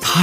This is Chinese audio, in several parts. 他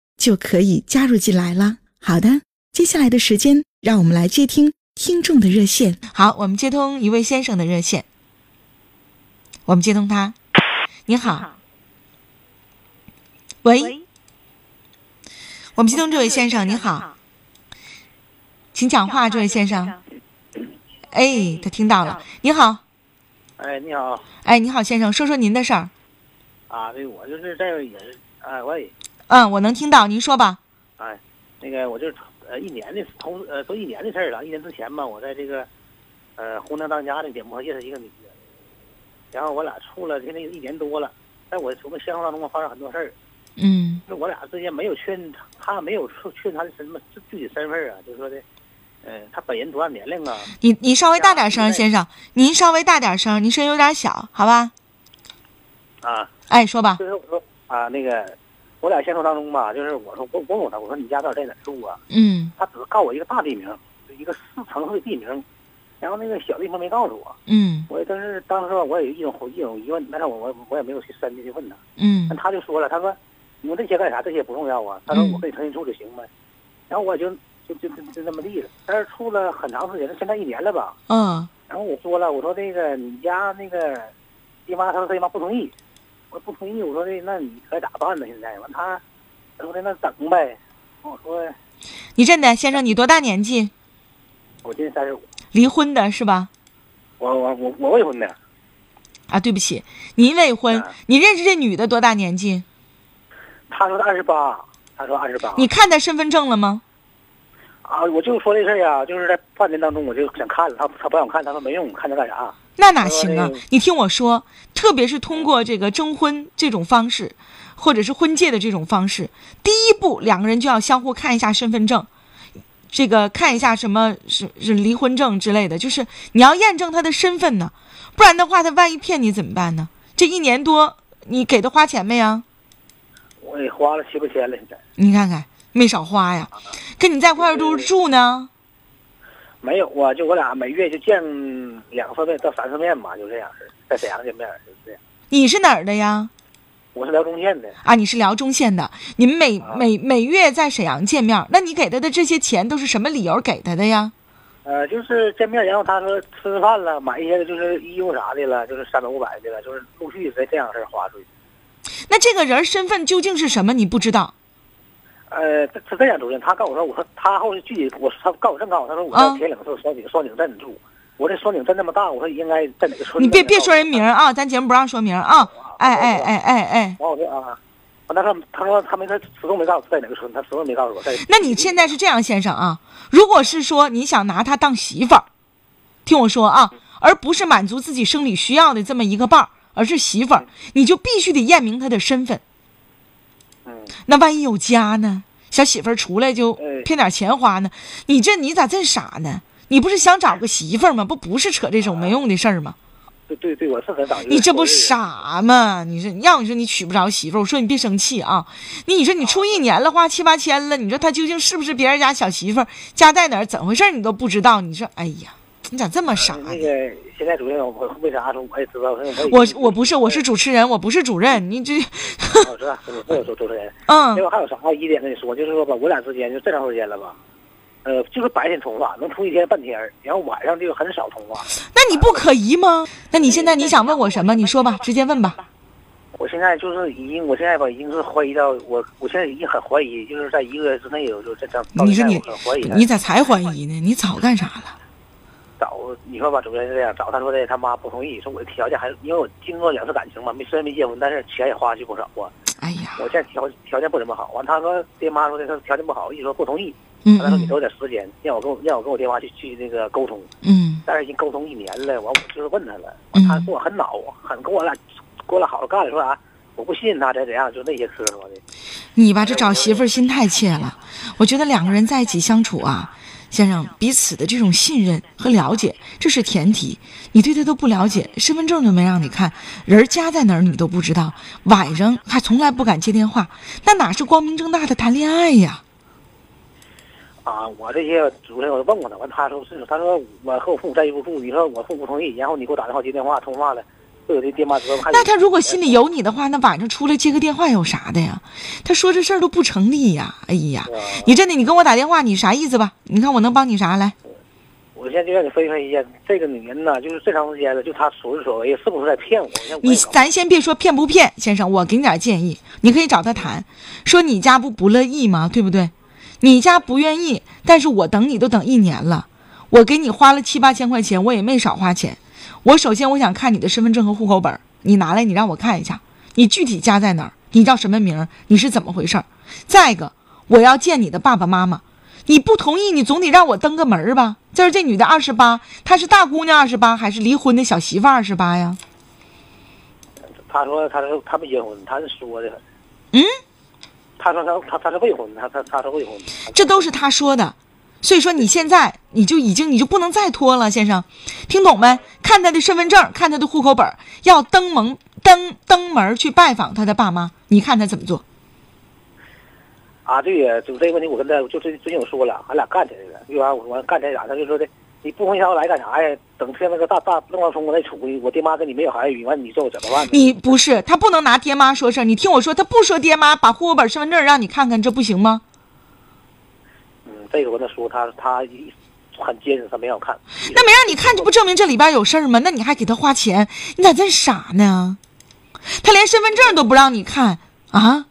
就可以加入进来了。好的，接下来的时间，让我们来接听听众的热线。好，我们接通一位先生的热线，我们接通他。您好，喂，喂，我们接京通这东这位位先先生，生您您好，好，请讲讲话话，这这位位先先生生。，哎哎，，他他听听到到了了。，您好，哎，你好哎，你好，先生，说说您的事儿。啊，对我就是这个也是，哎，我也嗯，我能听到，您说吧。哎，那个我就是呃一年的头呃都一年的事儿了，一年之前吧，我在这个呃《湖南当家》的节目上认识一个女的，然后我俩处了现在一年多了，在我我们相处当中发生很多事儿，嗯那我俩之间没有劝她没有劝劝她的什么具体身份儿啊，就是说的，呃，她本人多大年龄啊？你你稍微大点声，对先生，您稍微大点声，您声音有点小，好吧？啊，哎，说吧。就是我说啊那个。我俩相处当中吧，就是我说我我问她，我说你家到底在哪儿住啊？嗯他只是告我一个大地名，就一个四城市的地名，然后那个小地名没告诉我。嗯我也真是当时我也有一种一种疑问，但是我我我也没有去深究去问他。但嗯他就说了，他说你们这些干啥？这些不重要啊。他说嗯我跟你重新处就行呗。然后我就就就就就那么地了。但是处了很长时间了，现在一年了吧。嗯然后我说了，我说那个你家那个姨妈，他说他姨妈不同意，我说不同意，我说的那你该咋办呢？现在完他，他说的那等呗。我说你真的，先生，你多大年纪？我今年三十五，离婚的是吧？我我我我未婚的。啊，对不起，您未婚啊，你认识这女的多大年纪？他说二十八，他说二十八。你看她身份证了吗？啊，我就说这事儿啊，就是在半年当中，我就想看了，他他不让我看，他说没用，看他干啥？那哪行啊呃！你听我说，特别是通过这个征婚这种方式，或者是婚介的这种方式，第一步两个人就要相互看一下身份证，这个看一下什么是是离婚证之类的，就是你要验证他的身份呢，不然的话他万一骗你怎么办呢？这一年多你给他花钱没啊？我也花了七八千了，现在你看看没少花呀，跟你在一块儿住住呢，没有啊，就我俩每月就见两次面到三次面吧，就这样式儿，在沈阳见面就是这样。你是哪儿的呀？我是辽中县的，啊，你是辽中县的，你们每每每月在沈阳见面儿，那你给他的这些钱都是什么理由给他的呀？呃，就是见面，然后他说吃饭了，买一些就是衣服啥的了，就是三百五百的了，就是陆续在这样式儿花出去。那这个人儿身份究竟是什么？你不知道？呃，他是这样，主任，他告诉我说，我说他后来具体我他告我正告诉我，他说我啊在铁岭市双井双井镇住，我这双井镇那么大，我说应该在哪个村？你别别说人名。儿啊，咱节目不让说名儿啊。哎哎哎哎哎，完我说啊，完他说他说他没他始终没告诉我在哪个村，他始终没告诉我在。那你现在是这样，先生啊，如果是说你想拿他当媳妇儿，听我说啊，而不是满足自己生理需要的这么一个伴儿，而是媳妇儿，你就必须得验明他的身份。嗯，那万一有家呢？小媳妇儿出来就骗点钱花呢？你这你咋这傻呢？你不是想找个媳妇儿吗？不不是扯这种没用的事儿吗？对对对，我是很早就。你这不？傻吗？你说要你说你娶不着媳妇儿，我说你别生气啊。你你说你处一年了，花七八千了，你说她究竟是不是别人家小媳妇儿？家在哪儿？怎回事儿你都不知道？你说哎呀，你咋这么傻呢嗯那？个现在主任，我为啥说我也知道？我我不是我是主持人，我不是主任，你这我知道，我不说主持人。嗯另外还有啥疑点跟你说？就是说吧，我俩之间就这长时间了吧，呃，就是白天通话，能通一天半天，然后晚上就很少通话。那你不可疑吗？那你现在你想问我什么？你说吧，直接问吧。我现在就是已经，我现在吧，已经是怀疑到我，我现在已经很怀疑，就是在一个月之内，我就这这，到你说现在你我很怀疑他。你咋才怀疑呢？你早干啥了？找你说吧，主任是这样，找他说的，他妈不同意，说我条件还因为我经过两次感情嘛，没虽然没结婚，但是钱也花去不少啊。哎呀，我现在条条件不怎么好，完他说爹妈说的，他条件不好，一直说不同意，嗯完他说你嗯给我点时间，让我跟我让我跟我爹妈去去那个沟通，嗯但是已经沟通一年了，完我就是问他了，嗯他跟我很恼，很跟我俩跟我俩好好干了，说啥、我不信他，怎怎样，就那些嗑说的。你吧，这找媳妇儿心太切了。我觉得两个人在一起相处啊，先生彼此的这种信任和了解，这是前提。你对他都不了解，身份证都没让你看，人儿家在哪儿你都不知道，晚上还从来不敢接电话，那哪是光明正大的谈恋爱呀？啊，我这些主任我都问过他，完他说是，他说我和我父母在一起住，你说我父母不同意，然后你给我打电话接电话通话了，会有这爹妈知道吗？还有那他如果心里有你的话，那晚上出来接个电话有啥的呀？他说这事儿都不成立呀！哎呀，你真的你跟我打电话，你啥意思吧？你看我能帮你啥来？我现在就让你分析一下，这个女人呢，就是这长时间了，就她所作所为是不是在骗我？那哎我也你搞不咱先别说骗不骗，先生，我给你点建议，你可以找他谈，说你家不不乐意吗？对不对？你家不愿意，但是我等你都等一年了，我给你花了七八千块钱，我也没少花钱。我首先我想看你的身份证和户口本儿，你拿来你让我看一下，你具体家在哪儿，你叫什么名儿，你是怎么回事儿。再一个，我要见你的爸爸妈妈，你不同意，你总得让我登个门儿吧？就是这女的二十八，她是大姑娘二十八，还是离婚的小媳妇二十八呀？她说她说她没结婚，她是说的。嗯。她说她她她是未婚，她她她是未婚。这都是他说的。所以说你现在你就已经你就不能再拖了，先生，听懂没？看他的身份证，看他的户口本，要登门登登门去拜访他的爸妈，你看他怎么做？啊，对呀，就这个问题，我跟她就最最近我说了，俺俩干起来了。对吧？我我干起来咋？她就说的，你不婚下我来干啥呀？等天那个大大弄完风我再处理，我爹妈跟你没有孩子，完你说我怎么办呢？你不是他不能拿爹妈说事儿，你听我说，他不说爹妈，把户口本、身份证让你看看，这不行吗？嗯，这个我跟她说，她她一很坚持，她没让我看。那没让你看，这不证明这里边有事儿吗？那你还给他花钱，你咋这傻呢？他连身份证都不让你看啊！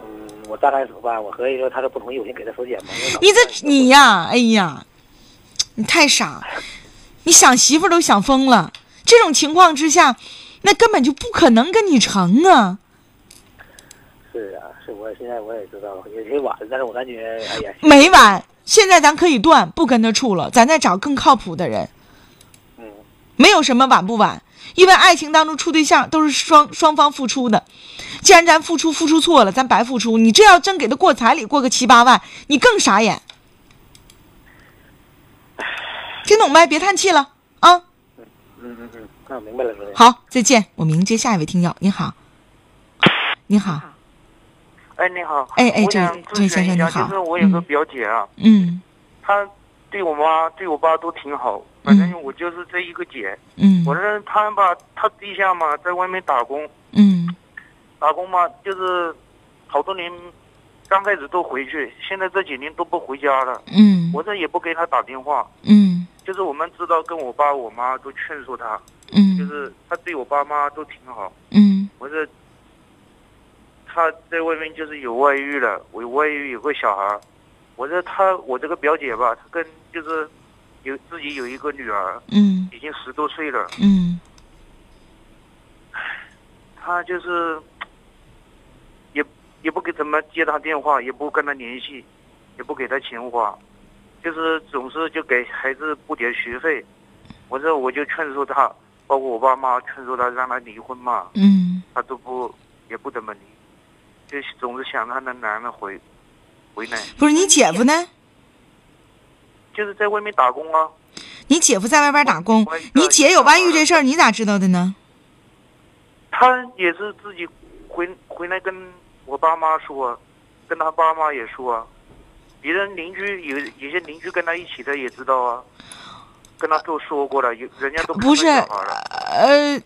嗯，我大概怎么办？我合计说她说不同意，我先给她时间吧。因为 你这你呀、哎呀，你太傻，你想媳妇儿都想疯了。这种情况之下，那根本就不可能跟你成啊！是啊，是我现在我也知道，有些晚，但是我感觉，哎呀，没完，现在咱可以断，不跟他处了，咱再找更靠谱的人。嗯，没有什么晚不晚，因为爱情当中处对象都是双双方付出的。既然咱付出付出错了，咱白付出。你这要真给他过彩礼，过个七八万，你更傻眼。听懂没？别叹气了啊！嗯嗯嗯，那我明白了，主任。好，再见。我们迎接下一位听友，你好，你好，哎，你好，哎哎我这想这位咨询先生你一下，好就是我有个嗯表姐啊，嗯她对我妈、对我爸都挺好，反正我就是这一个姐。嗯我这她吧，她对象嘛，在外面打工，嗯打工嘛，就是好多年，刚开始都回去，现在这几年都不回家了。嗯我这也不给她打电话，嗯就是我们知道跟我爸、我妈都劝说她，就嗯是她对我爸妈都挺好。嗯我这他在外面就是有外遇了，我有外遇有个小孩儿，我这他我这个表姐吧，她跟就是有自己有一个女儿，嗯已经十多岁了，嗯她就是也也不给怎么接她电话，也不跟她联系，也不给她钱花，就是总是就给孩子补点学费，我这我就劝说她，包括我爸妈劝说她让她离婚嘛，嗯他都不也不怎么理，就是总是想让那男的回回来，不是你姐夫呢？就是在外面打工啊。你姐夫在外边打工我我，你姐有外遇这事儿你咋知道的呢？他也是自己回回来跟我爸妈说，啊跟他爸妈也说，啊别人邻居有有些邻居跟他一起的也知道啊，跟他都说过了，有人家都看不是到小孩了呃，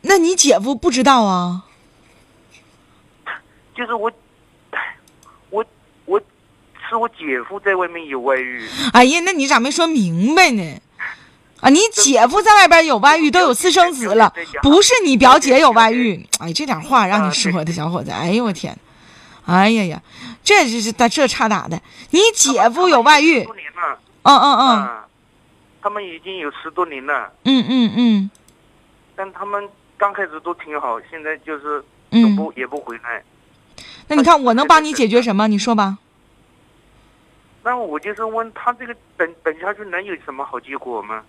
那你姐夫不知道啊？就是我，唉我我是我姐夫在外面有外遇，哎呀，那你咋没说明白呢？啊，你姐夫在外边有外遇，都有私生子了，不是你表姐有外遇。哎，这点话让你说的，小伙子，哎呦我天，哎呀呀，这这这这差打的，你姐夫有外遇十，多年了，嗯嗯嗯啊，他们已经有十多年了，嗯嗯但他们刚开始都挺好，现在就是总嗯嗯，不、也不回来。那你看我能帮你解决什么？你说吧。那我就是问他这个等等下去能有什么好结果吗？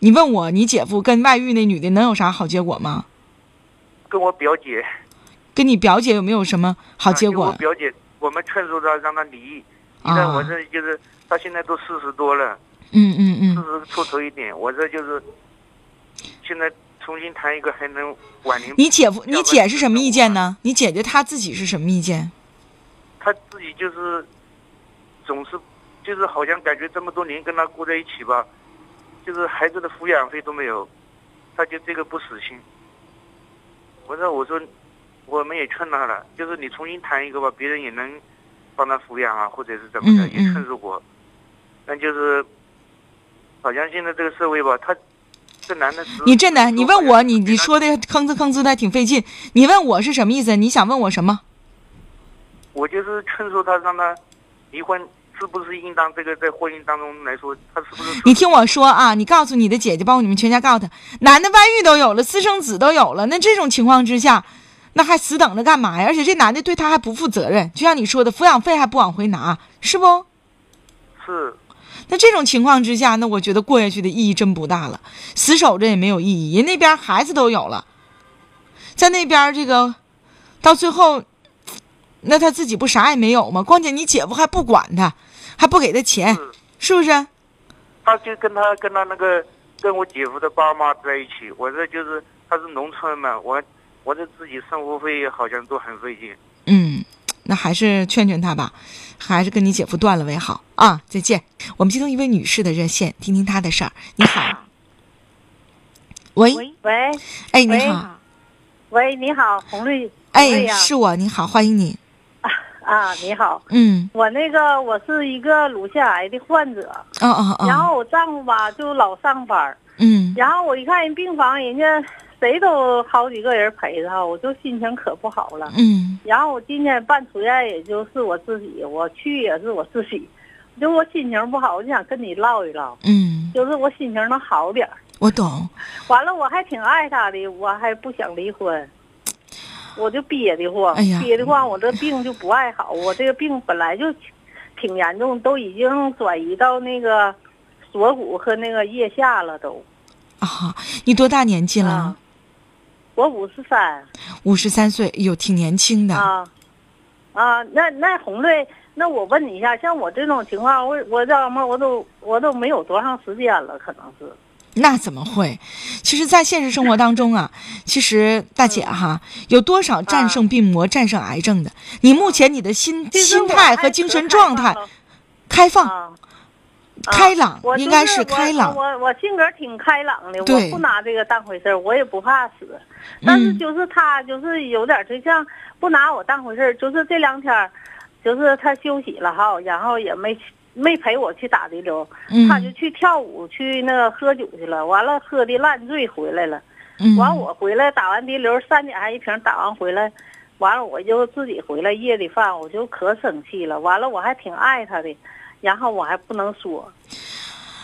你问我，你姐夫跟外遇那女的能有啥好结果吗？跟我表姐，跟你表姐有没有什么好啊结跟我果表姐，我们劝说她让她离异。现在啊我？这就是她现在都四十多了，嗯嗯四嗯，十出头一点，我这就是现在重新谈一个还能晚年。你姐夫，你姐是什么意见？呢？你姐姐她自己是什么意见？她自己就是总是就是好像感觉这么多年跟她过在一起吧，就是孩子的抚养费都没有，她就这个不死心。我说我说我们也劝她了，就是你重新谈一个吧，别人也能帮她抚养啊，或者是怎么的，嗯也劝说我。但就是好像现在这个社会吧，他这男的只你真的，你问我，你你说。说的吭哧吭哧的还挺费劲。你问我是什么意思？你想问我什么？我就是劝说他让他离婚，是不是应当这个在婚姻当中来说，他是不是你听我说啊，你告诉你的姐姐，包括你们全家告诉她，男的外遇都有了，私生子都有了，那这种情况之下，那还死等着干嘛呀？而且这男的对她还不负责任，就像你说的，抚养费还不往回拿，是不？是那这种情况之下，那我觉得过下去的意义真不大了，死守着也没有意义。人那边孩子都有了，在那边这个，到最后，那他自己不啥也没有吗？况且你姐夫还不管他，还不给他钱，是？是不是？他就跟他跟他那个跟我姐夫的爸妈在一起，我这就是他是农村嘛，我我这自己生活费好像都很费劲。嗯，那还是劝劝他吧，还是跟你姐夫断了为好啊！再见，我们接通一位女士的热线，听听她的事儿。你好，喂，喂，哎，你喂好，喂，你好，红绿，红绿哎，呀是我，你好，欢迎你，啊，你好，嗯，我那个我是一个乳腺癌的患者，哦哦然哦，后我丈夫吧就老上班儿，嗯。然后我一看人病房人家谁都好几个人陪他，我就心情可不好了。嗯然后我今天办出院，也就是我自己，我去也是我自己，就我心情不好，我就想跟你唠一唠，嗯，就是我心情能好点儿。我懂。完了，我还挺爱他的，我还不想离婚，我就憋得慌，哎呀哎憋得慌，我这病就不爱好，我这个病本来就挺挺严重，都已经转移到那个锁骨和那个腋下了都，啊，你多大年纪了啊？我五十三五十三岁，有挺年轻的。啊啊，那那红瑞，那我问你一下，像我这种情况，我我怎么我都我都没有多长时间了，可能是那怎么会？其实，在现实生活当中啊，其实大姐哈，嗯有多少战胜病魔、战胜癌症的？你目前你的心其实心我还态和精可神开状放态嗯了开放、啊。啊开朗我，应就该是是开朗我。我我性格挺开朗的，对我不拿这个当回事儿，我也不怕死。但是嗯就是他就是有点儿就像不拿我当回事儿，就是这两天儿，就是他休息了哈，然后也没去没陪我去打的流，他就嗯去跳舞去那个喝酒去了，完了喝的烂醉回来了。嗯，完我回来打完滴流，三点还一瓶打完回来，完了我就自己回来夜里饭，我就可生气了。完了我还挺爱他的，然后我还不能说，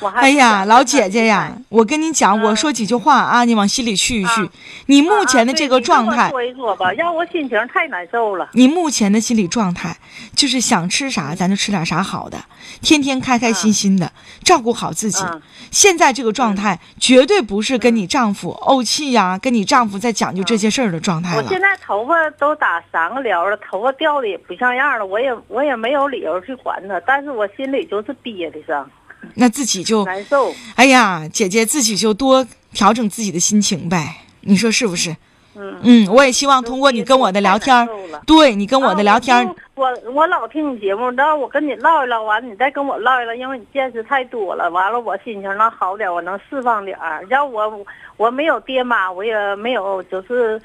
我还哎不呀，敢老跟他姐姐呀去，我跟你讲，我嗯说几句话啊，你往心里去一去啊。你看。目前的啊这个状态啊、对你嗯跟我，说一说吧，让我心情太难受了。你目前的心理状态就是想吃啥咱就吃点啥好的，天天开开心心的，照顾好自己。嗯现在这个状态绝对不是跟你丈夫怄气呀、跟你丈夫在讲究这些事儿的状嗯态我了。现在头发都打三个疗了，头发掉的也不像样了，我也我也没有理由去还他，但是我心里就是憋的上，那自己就，难受。哎呀，姐姐自己就多调整自己的心情呗，你说是不是？嗯，嗯，我也希望通过你跟我的聊天儿太难受了，对你跟我的聊天儿，啊我就我我老听你节目，然后我跟你唠一唠，完了你再跟我唠一唠，因为你见识太多了，完了我心情能好点，我能释放点儿。要我我没有爹妈，我也没有就是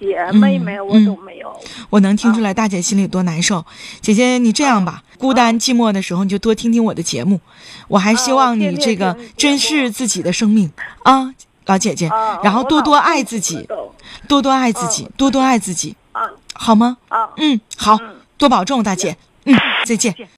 姐妹妹，嗯我都没有。啊我能听出来大姐心里多难受。姐姐，你这样吧，孤单寂寞的时候，你就多听听我的节目。我还希啊望我你天这天个听你节珍目视自己的生命啊，老姐姐，啊然后我多老多记爱你自己，走多多爱自己，多多爱自己，啊好吗？啊，嗯，好，嗯多保重，大姐。嗯，再见见。